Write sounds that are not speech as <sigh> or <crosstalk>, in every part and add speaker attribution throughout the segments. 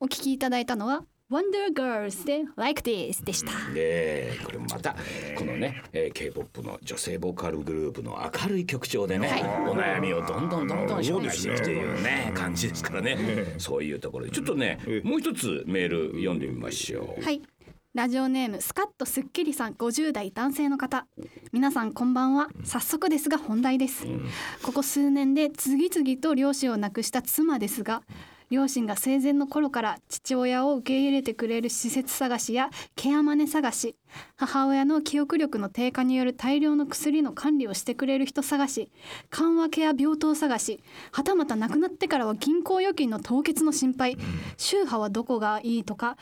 Speaker 1: お聞きいただいたのは Wonder Girls で Like This でした。
Speaker 2: でこれまたこのね、えー、K-POP の女性ボーカルグループの明るい曲調でね、
Speaker 1: はい
Speaker 2: お悩みをどんどんどんどん紹介していくという
Speaker 3: そうです
Speaker 2: ね
Speaker 3: ね
Speaker 2: 感じですからね、そういうところでちょっとね、もう一つメール読んでみましょう、
Speaker 1: はい。ラジオネームスカッとすっきりさん50代男性の方皆さんこんばんは早速ですが本題ですここ数年で次々と両親を亡くした妻ですが両親が生前の頃から父親を受け入れてくれる施設探しやケアマネ探し母親の記憶力の低下による大量の薬の管理をしてくれる人探し緩和ケア病棟探しはたまた亡くなってからは銀行預金の凍結の心配宗派はどこがいいとか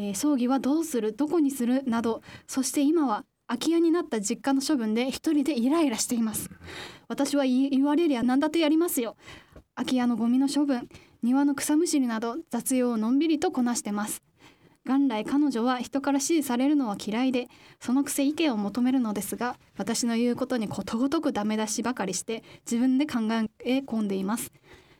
Speaker 1: えー葬儀はどうするどこにするなどそして今は空き家になった実家の処分で一人でイライラしています私は言い言われりゃ何だってやりますよ空き家のゴミの処分庭の草むしりなど雑用をのんびりとこなしてます元来彼女は人から支持されるのは嫌いでそのくせ意見を求めるのですが私の言うことにことごとくダメ出しばかりして自分で考え込んでいます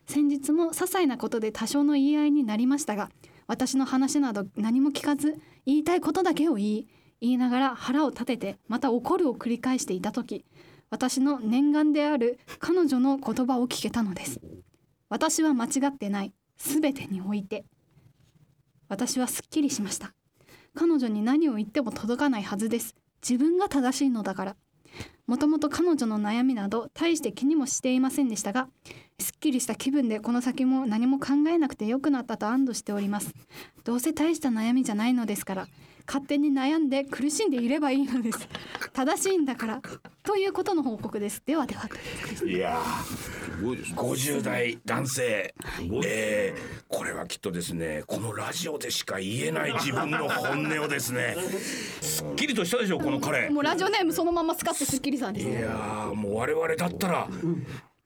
Speaker 1: 先日も些細なことで多少の言い合いになりましたが私の話など何も聞かず言いたいことだけを言い言いながら腹を立ててまた怒るを繰り返していた時私の念願である彼女の言葉を聞けたのです私は間違ってない全てにおいて私はすっきりしました彼女に何を言っても届かないはずです自分が正しいのだからもともと彼女の悩みなど大して気にもしていませんでしたがすっきりした気分でこの先も何も考えなくてよくなったと安堵しておりますどうせ大した悩みじゃないのですから勝手に悩んで苦しんでいればいいのです正しいんだからということの報告ですではではということです
Speaker 2: いや
Speaker 3: すごいで
Speaker 2: ー
Speaker 3: すね。
Speaker 2: 50代男性、
Speaker 3: ごい
Speaker 2: えーこれはきっとですねこのラジオでしか言えない自分の本音をですねすっきりとしたでしょこの彼
Speaker 1: もうラジオネームそのまま使ってすっきりさんです
Speaker 2: い
Speaker 1: ね
Speaker 2: やーもう我々だったら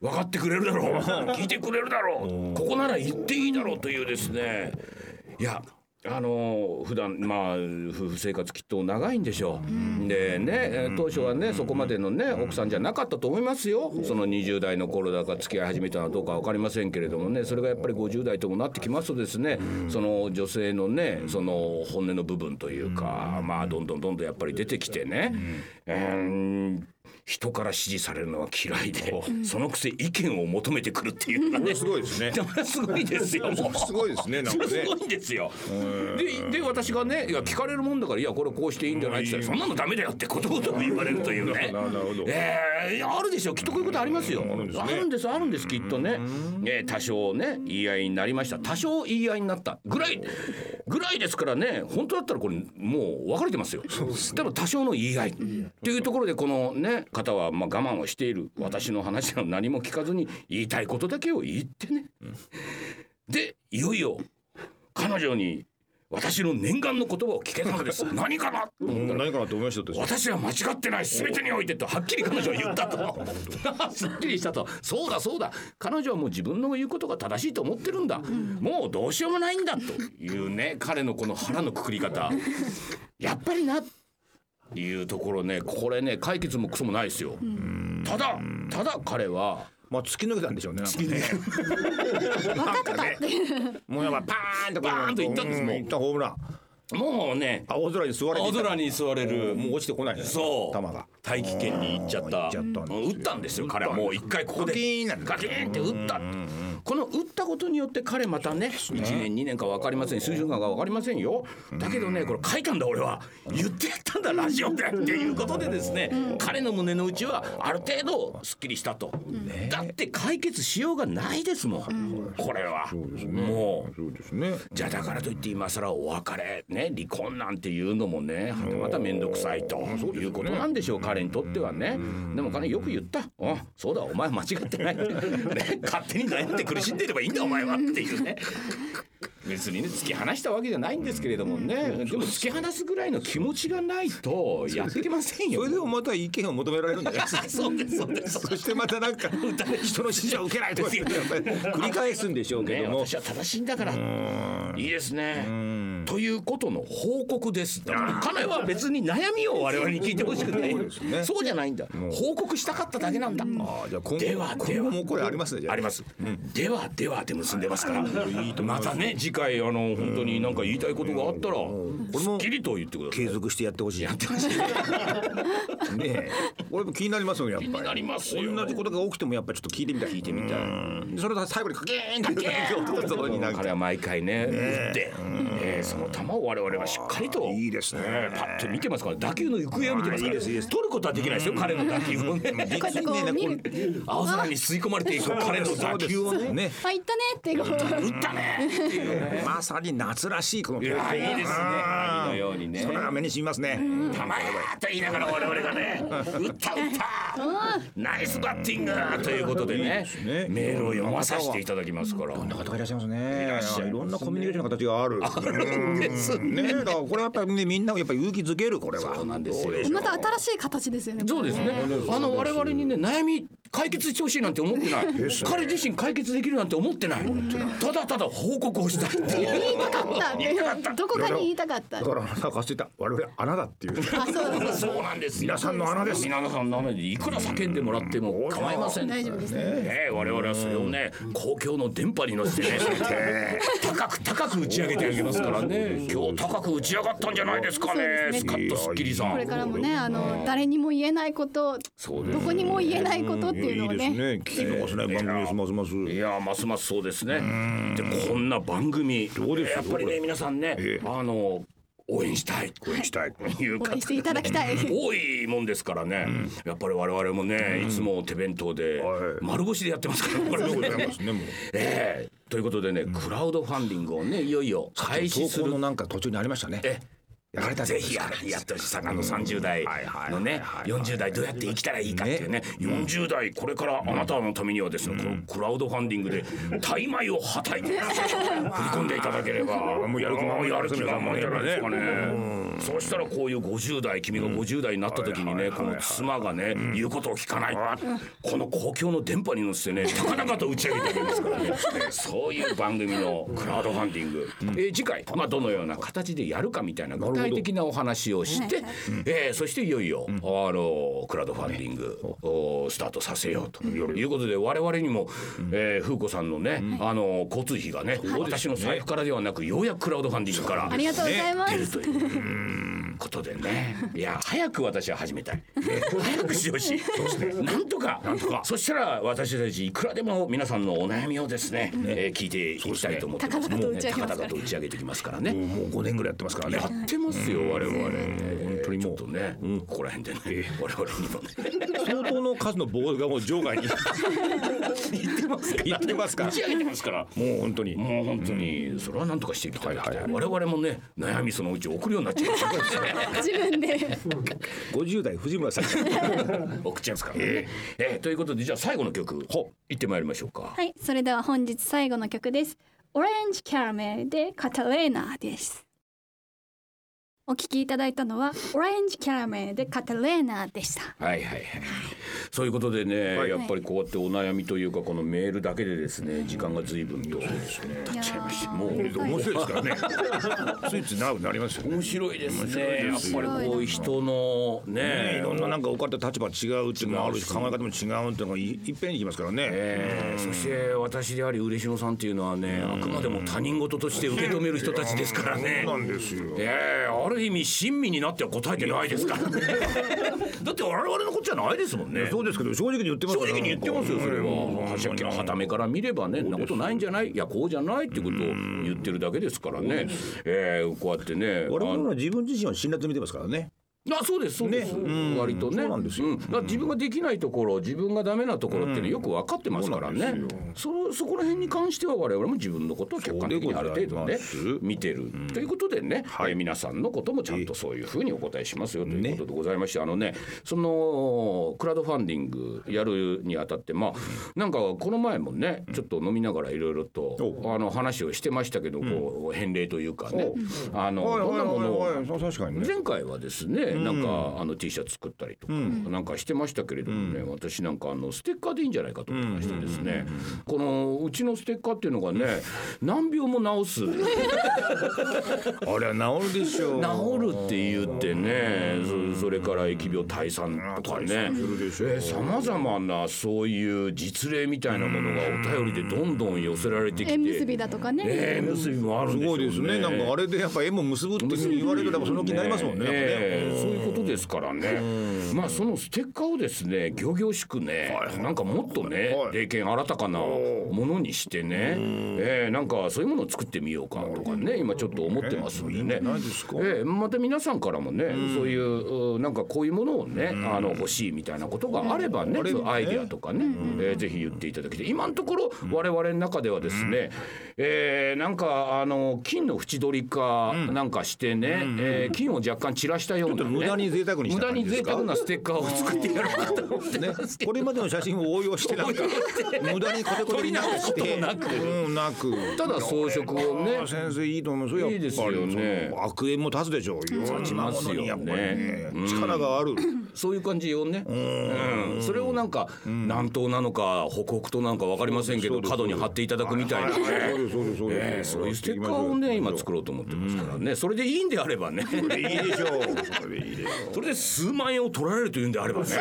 Speaker 2: 分かってくれるだ <laughs> ろう聞いてくれるだろうここなら言っていいだろうというですねいやあのー普段まあ夫婦生活きっと長いんでしょう。でねえー当初はねそこまでのね奥さんじゃなかったと思いますよ。その20代の頃だから付き合い始めたのはどうか分かりませんけれどもねそれがやっぱり50代ともなってきますとですねその女性のねその本音の部分というかまあどんどんどんどんやっぱり出てきてね。うん人から支持されるのは嫌いで、そのくせ意見を求めてくるっていうのがね、
Speaker 3: すごいですね。
Speaker 2: だからすごいですよ。もう
Speaker 3: すごいですね。なん
Speaker 2: そ
Speaker 3: か
Speaker 2: れ <laughs>
Speaker 3: ね
Speaker 2: す。ごいんですよ。で、で、私がね、いや、聞かれるもんだから、いや、これこうしていいんじゃないって言ったら、そんなのダメだよってことごとく言われるというね。
Speaker 3: <laughs> なるほど。
Speaker 2: ええいやあるでしょ。きっとこういうことありますよ。あ
Speaker 3: るんですね
Speaker 2: るんです、あるんです、きっとね。ね、多少ね、言い合いになりました。多少言い合いになったぐらい。ぐらいですからね、本当だったら、これ、もう別れてますよ。でも、多少の言い合い。っていうところで、このね、方は、まあ、我慢をしている。私の話は何も聞かずに、言いたいことだけを言ってね。で、いよいよ。彼女に。私の念願の言葉を聞けたの <laughs> です。何かなと思ったら。
Speaker 3: 何かなと思いました
Speaker 2: 私
Speaker 3: 私。
Speaker 2: は間違ってない全てにおいてとはっきり彼女は言 <laughs> ったとすっきりしたとそうだそうだ彼女はもう自分の言うことが正しいと思ってるんだ、もうどうしようもないんだというね彼のこの腹のくくり方 <laughs> やっぱりなっていうところねこれね解決もクソもないですよ、ただただ彼は
Speaker 3: まあ突き抜けたんでしょうね。突き抜け。
Speaker 1: 分かったっていう
Speaker 3: もうやっぱパーンと
Speaker 2: バーンと行ったんですもん
Speaker 3: う行ったホームラン。
Speaker 2: もうね
Speaker 3: 青空に座れてい
Speaker 2: 青
Speaker 3: った。
Speaker 2: 空に座れる
Speaker 3: もう落ちてこないね。
Speaker 2: そう
Speaker 3: 球が。
Speaker 2: 大気圏に行っちゃった
Speaker 3: 行っちゃったんですよ
Speaker 2: うん打ったんですよ彼はもう一回ここで
Speaker 3: ガキーンなんだ
Speaker 2: ガキーンって打ったこの打ったことによって彼またね1年2年か分かりません数週間か分かりませんよだけどねこれ書いたんだ俺は言ってやったんだラジオでっていうことでですね彼の胸の内はある程度すっきりしたとだって解決しようがないですもんこれはもう
Speaker 3: そうですね。
Speaker 2: じゃあだからといって今更お別れね離婚なんていうのもねはたまた面倒くさいということなんでしょう彼にとってはねでも彼よく言った「うんそうだお前間違って
Speaker 3: <laughs>
Speaker 2: ない」ね勝手に悩んで苦しんでればいいんだお前は」っていうね別にね突き放したわけじゃないんですけれどもねでも突き放すぐらいの気持ちがないとやっていけません
Speaker 3: そ
Speaker 2: よ
Speaker 3: れ。でもまた意見を求められるんじゃないですか。
Speaker 2: そうです <laughs> そうです
Speaker 3: <laughs> そしてまたなんか人の指示を受けないとかってやっぱり <laughs> 繰り返すんでしょうけ
Speaker 2: ね、
Speaker 3: ども。
Speaker 2: 私は正しいんだからいいですねということの報告ですだから彼は別に悩みを我々に聞いてほしくない
Speaker 3: そうですね
Speaker 2: そうじゃないんだ報告したかっただけなんだ
Speaker 3: ああじゃあ今後
Speaker 2: ではで
Speaker 3: 今後
Speaker 2: は
Speaker 3: もこれありますね。じゃ
Speaker 2: ありますではではで結んでますからまたね次次回あの本当に何か言いたいことがあったらすっきりと言ってください
Speaker 3: 継続してやってほしい。
Speaker 2: <laughs> やって
Speaker 3: <laughs>
Speaker 2: ほしい
Speaker 3: ねえ、俺も気になりますよやっぱり。
Speaker 2: 気になりますよ
Speaker 3: 同じことが起きてもやっぱりちょっと聞いてみたい。聞いてみたい。それと最後にカキーンカキーンと音になん
Speaker 2: 彼
Speaker 3: か
Speaker 2: は毎回ね打ってえーその球を我々はしっかりと
Speaker 3: いいですね
Speaker 2: えーパッと見てますから打球の行方を見てますから取ることはできないですよ彼の打球をね
Speaker 1: こうやってこう見る
Speaker 2: 青空に吸い込まれていく彼の打球をね
Speaker 3: ね。
Speaker 1: あ行ったねってこう
Speaker 2: 打ったねっていうね
Speaker 3: まさに夏らしいこの。
Speaker 2: いやいいですね兄のようにね
Speaker 3: それが目にしみますね。
Speaker 2: たまやーと言いながら我々がね打った打ったナイスバッティングということでね
Speaker 3: いいですね
Speaker 2: メールを読まさせていただきますから
Speaker 3: いろんな方がいらっしゃいますね。い
Speaker 2: らっしゃいますね
Speaker 3: ろんなコミュニケーションの形がある。
Speaker 2: です
Speaker 3: ねえ、だからこれはやっぱりねみんなをやっぱり勇気づけるこれは。
Speaker 2: そうなんですよ
Speaker 3: どうしょう
Speaker 1: また新しい形ですよね
Speaker 2: そうですねあの我々にね悩み解決してほしいなんて思ってない
Speaker 3: ですね
Speaker 2: 彼自身解決できるなんて思ってないただただ報告をしたいっていう
Speaker 1: 言いたかったどこかに言いたかった
Speaker 3: だからなんかついた我々穴だっていう。
Speaker 1: あそうです
Speaker 2: <laughs> そうなんです
Speaker 3: 皆さんの穴です
Speaker 2: 皆さんの穴でいくら叫んでもらっても構いません
Speaker 1: 大丈夫ですね
Speaker 2: ねえ我々はそれをね公共の電波に乗せてね高く高く打ち上げてあげますからね今日高く打ち上がったんじゃないですか
Speaker 1: そう
Speaker 2: ね
Speaker 1: ですね
Speaker 2: スカッとスッキリさ
Speaker 1: これか
Speaker 2: ん
Speaker 1: らもねあの誰にも言えないこと
Speaker 2: そうです
Speaker 1: どこにも言えないことっていうのをね
Speaker 3: <laughs> いいですね。聞き逃せない番組ですますます。
Speaker 2: いやますますそうですねでこんな番組
Speaker 3: うです
Speaker 2: やっぱりね皆さんね
Speaker 3: ええ
Speaker 2: あの応援したい
Speaker 3: 応援したい。
Speaker 2: という
Speaker 1: 応
Speaker 2: 方
Speaker 1: 援していただきた
Speaker 2: <laughs>
Speaker 1: い
Speaker 2: 多いもんですからね、やっぱり我々もね、いつも手弁当で
Speaker 3: はい
Speaker 2: 丸腰でやってますから、これ
Speaker 3: そ
Speaker 2: ね
Speaker 3: うでございますねもう。
Speaker 2: ええということでね、クラウドファンディングをねいよいよ開始す
Speaker 3: 投稿
Speaker 2: る
Speaker 3: のなんか途中にありましたね。
Speaker 2: え
Speaker 3: やられた
Speaker 2: ぜひややってほしいあの30代の
Speaker 3: はいはい
Speaker 2: ね
Speaker 3: はい
Speaker 2: 40代どうやって生きたらいいかっていうね40代これからあなたのためにはですね、このクラウドファンディングで大枚をはたいて振り込んでいただければ
Speaker 3: もうやる気満々
Speaker 2: やる気が満々じゃないですかね
Speaker 3: う
Speaker 2: そうしたらこういう50代君が50代になった時に
Speaker 3: はい
Speaker 2: ね
Speaker 3: はい
Speaker 2: この妻がね言うことを聞かないこの公共の電波に乗せてね高々と打ち上げてあげますからねそういう番組のクラウドファンディングえー次回まあどのような形でやるかみたいな具体的なお話をして、えーそしていよいよ、あのクラウドファンディングをスタートさせようということで我々にも、えー風子さんのね、あの交通費がね私の財布からではなくようやくクラウドファンディングから
Speaker 1: ありがとうございま
Speaker 2: 出
Speaker 1: す
Speaker 2: ると <laughs> いうことで <laughs> ねいや早く私は始め <laughs> たい、ね早くしてほしいなんとかそしたら私たちいくらでも皆さんのお悩みをですね、えー聞いていきたいと思ってます
Speaker 1: そうですね高々と打ち上げますから
Speaker 2: 高々と打ち上げてきますからね。
Speaker 3: もう五年ぐらいやってますからね。
Speaker 2: やってますよ我々本当にもうとねここら辺でね我々にも <laughs> ね
Speaker 3: 相当の数の棒がもう場外に
Speaker 2: 言ってますから
Speaker 3: 行ってますから
Speaker 2: 打ち上げてますから
Speaker 3: もう本当に。
Speaker 2: もう本当にそれはなんとかしていきたいなと
Speaker 3: はいはい
Speaker 2: 我々もね悩みそのうち送るようになっちゃいま <laughs> したね
Speaker 1: 自分で
Speaker 3: 五十代藤村さん。
Speaker 2: <laughs> 送っちゃいますからねえーということでじゃあ最後の曲いってまいりましょうか
Speaker 1: はいそれでは本日最後の曲ですオレンジキャラメルでカタレーナですお聞きいただいたのはオレンジキャラメルでカタレーナでした
Speaker 2: はいはいはい。そういうことでね、
Speaker 3: はい
Speaker 2: やっぱりこうやってお悩みというかこのメールだけでですね、時間が随分と経っちゃいました。もう
Speaker 1: いやー
Speaker 3: 面白いですからね。スイッチななりますよね。
Speaker 2: 面白いですね。やっぱりこう人の
Speaker 3: ね
Speaker 2: ね、
Speaker 3: いろんななんか置かれた立場違うっていうのもあるし考え方も違うっていうのがいいっぺんにいきますからね。
Speaker 2: えーそして私であり嬉野さんっていうのはね、あくまでも他人事として受け止める人たちですからね。
Speaker 3: そうなんですよ。
Speaker 2: えーある意味親身になっては答えてないですからね。 <laughs> だって我々のことじゃないですもんね。
Speaker 3: そうですけど正直に言ってます
Speaker 2: 正直に言ってますよそれははしゃきのはためから見ればねんなことないんじゃないいやこうじゃないってことを言ってるだけですからねえーこうやってね
Speaker 3: 我々は自分自身を辛辣に見てますからね。
Speaker 2: あそうですそうです、割とね
Speaker 3: そうなんですよ
Speaker 2: んだから自分ができないところ自分がダメなところっていうのはよく分かってますからね、そそこら辺に関しては我々も自分のことを客観的にある程度
Speaker 3: そうでござい
Speaker 2: ね
Speaker 3: ます
Speaker 2: 見てる、ということでね、えー皆さんのこともちゃんとそういうふうにお答えしますよということでございまして、あのねそのクラウドファンディングやるにあたってまあなんかこの前もねちょっと飲みながらいろいろと、あの話をしてましたけど、こう返礼というかね、あの
Speaker 3: はい
Speaker 2: どんなものを
Speaker 3: はいはいはいそう確かにね。
Speaker 2: 前回はですね、ね、なんかあの T シャツ作ったりとか、なんかしてましたけれどもね、私なんかあのステッカーでいいんじゃないかと思ってましてですね、このうちのステッカーっていうのがね、難病も治す。
Speaker 3: あれは治るでしょう
Speaker 2: 治るって言ってねそそれから疫病退散とかねさまざまなそういう実例みたいなものがお便りでどんどん寄せられてきて
Speaker 1: 縁結びだとかね
Speaker 2: ね縁結びもあるん
Speaker 3: す
Speaker 2: でしょ
Speaker 3: ご
Speaker 2: う
Speaker 3: いですねなんかあれでやっぱ縁も結ぶっていうふうに言われるとその気になりますもんね
Speaker 2: ええそういうことですからね。まあそのステッカーをですね、仰々しくね、なんかもっとね
Speaker 3: は、い
Speaker 2: 霊験新たかなものにしてね、ええなんかそういうものを作ってみようかとかね、今ちょっと思ってますんでね。
Speaker 3: ないですか
Speaker 2: ええまた皆さんからもね、そういううなんかこういうものをね、あの欲しいみたいなことがあればね、
Speaker 3: あればね
Speaker 2: アイデアとかね、えーぜひ言っていただきたい今のところ我々の中ではですね、えーなんかあの金の縁取りかなんかしてね、えー金を若干散らしたような、ね、
Speaker 3: ちょっと無駄に贅沢にした感じ
Speaker 2: 無駄に贅沢なステッカーを作ってやろうか
Speaker 3: <laughs>
Speaker 2: と思って
Speaker 3: ねこれまでの写真を応用してな
Speaker 2: <laughs>
Speaker 3: んか無駄にコテコテになくして
Speaker 2: 取り直すことな
Speaker 3: うんなく
Speaker 2: ただ装飾をね
Speaker 3: あー先生いいと思うよ
Speaker 2: いいですよね
Speaker 3: やっぱりその悪縁も立つでしょう立ち
Speaker 2: ますよね
Speaker 3: やっぱりね力がある
Speaker 2: そういう感じをね、うん、それをなんか南東なのか北北東なのかわかりませんけど角に貼っていただくみたいなね。
Speaker 3: そうですそうですそう
Speaker 2: え
Speaker 3: で
Speaker 2: え
Speaker 3: す
Speaker 2: そういうステッカーをね今作ろうと思ってますからねそれでいいんであれば <laughs> ね
Speaker 3: いいでしょうそれでいいでしょ
Speaker 2: <laughs>
Speaker 3: う
Speaker 2: それで数万円を取られるというんであればね。ね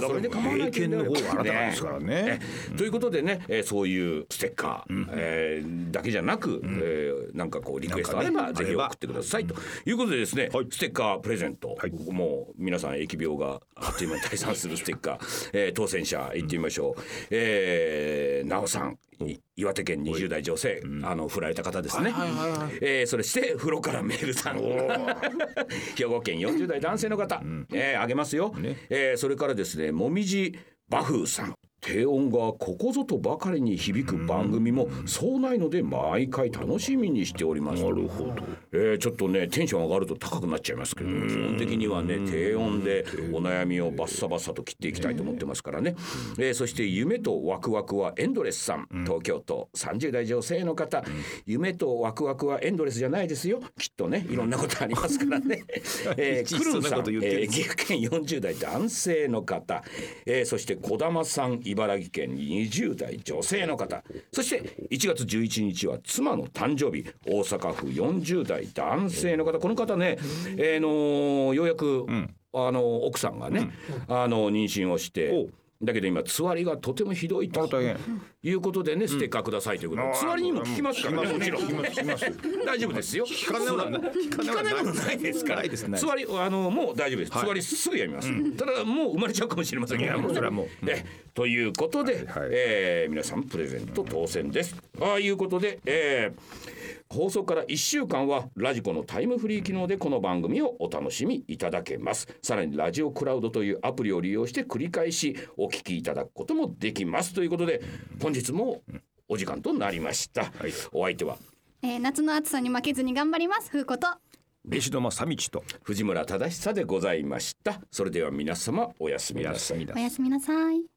Speaker 2: それで構わないというんであれば
Speaker 3: 経験の方が新たなんですからね
Speaker 2: えということでね、えーそういうステッカー、えーだけじゃなく、えーなんかこうリクエストあれば、
Speaker 3: なんか
Speaker 2: ぜ
Speaker 3: ね
Speaker 2: ひ送ってくださいということでですね、
Speaker 3: はい
Speaker 2: ステッカープレゼント、
Speaker 3: はい
Speaker 2: もう皆さん疫病があっという間に退散するステッカー、 <laughs> えー当選者行ってみましょう。えー、なおさん。い岩手県20代女性、あの振られた方ですね、えーそれして風呂からメールさん <laughs> 兵庫県40代男性の方、えーあげますよ、えーそれからですねもみじバフーさん低音がここぞとばかりに響く番組もそうないので毎回楽しみにしておりますなるほど、えーちょっとねテンション上がると高くなっちゃいますけど基本的にはね低音でお悩みをバッサバサと切っていきたいと思ってますからね、えーそして夢とワクワクはエンドレスさん東京都30代女性の方夢とワクワクはエンドレスじゃないですよきっとねいろんなことありますから
Speaker 3: <laughs>
Speaker 2: ね、えー、クルン
Speaker 3: そんな
Speaker 2: さん
Speaker 3: こと言ってる
Speaker 2: えー岐阜県40代男性の方、えーそして児玉さん茨城県20代女性の方そして1月11日は妻の誕生日大阪府40代男性の方この方ね、えーのーようやく、あのー奥さんがね、あのー妊娠をして
Speaker 3: お。
Speaker 2: だけど今つわりがとてもひどいと
Speaker 3: あ大変
Speaker 2: いうことでねステッカーくださいということで、つわりにも効きますからねもちろん大丈夫ですよ
Speaker 3: 聞かないものはない
Speaker 2: 聞かないものないですから。
Speaker 3: ないですね
Speaker 2: つわりあのもう大丈夫です。つわりすぐやります。ただもう生まれちゃうかもしれませんけど。
Speaker 3: いやもうそれはもう
Speaker 2: えということで、
Speaker 3: はいはい
Speaker 2: えー皆さんプレゼント当選です。ああいうことで、えー放送から1週間はラジコのタイムフリー機能でこの番組をお楽しみいただけます。さらにラジオクラウドというアプリを利用して繰り返しお聞きいただくこともできますということで、本日もお時間となりました。お相手は
Speaker 1: えー夏の暑さに負けずに頑張りますふうこと
Speaker 3: 飯の正道と
Speaker 2: 藤村忠久でございましたそれでは皆様おやすみなさい
Speaker 1: おやすみなさい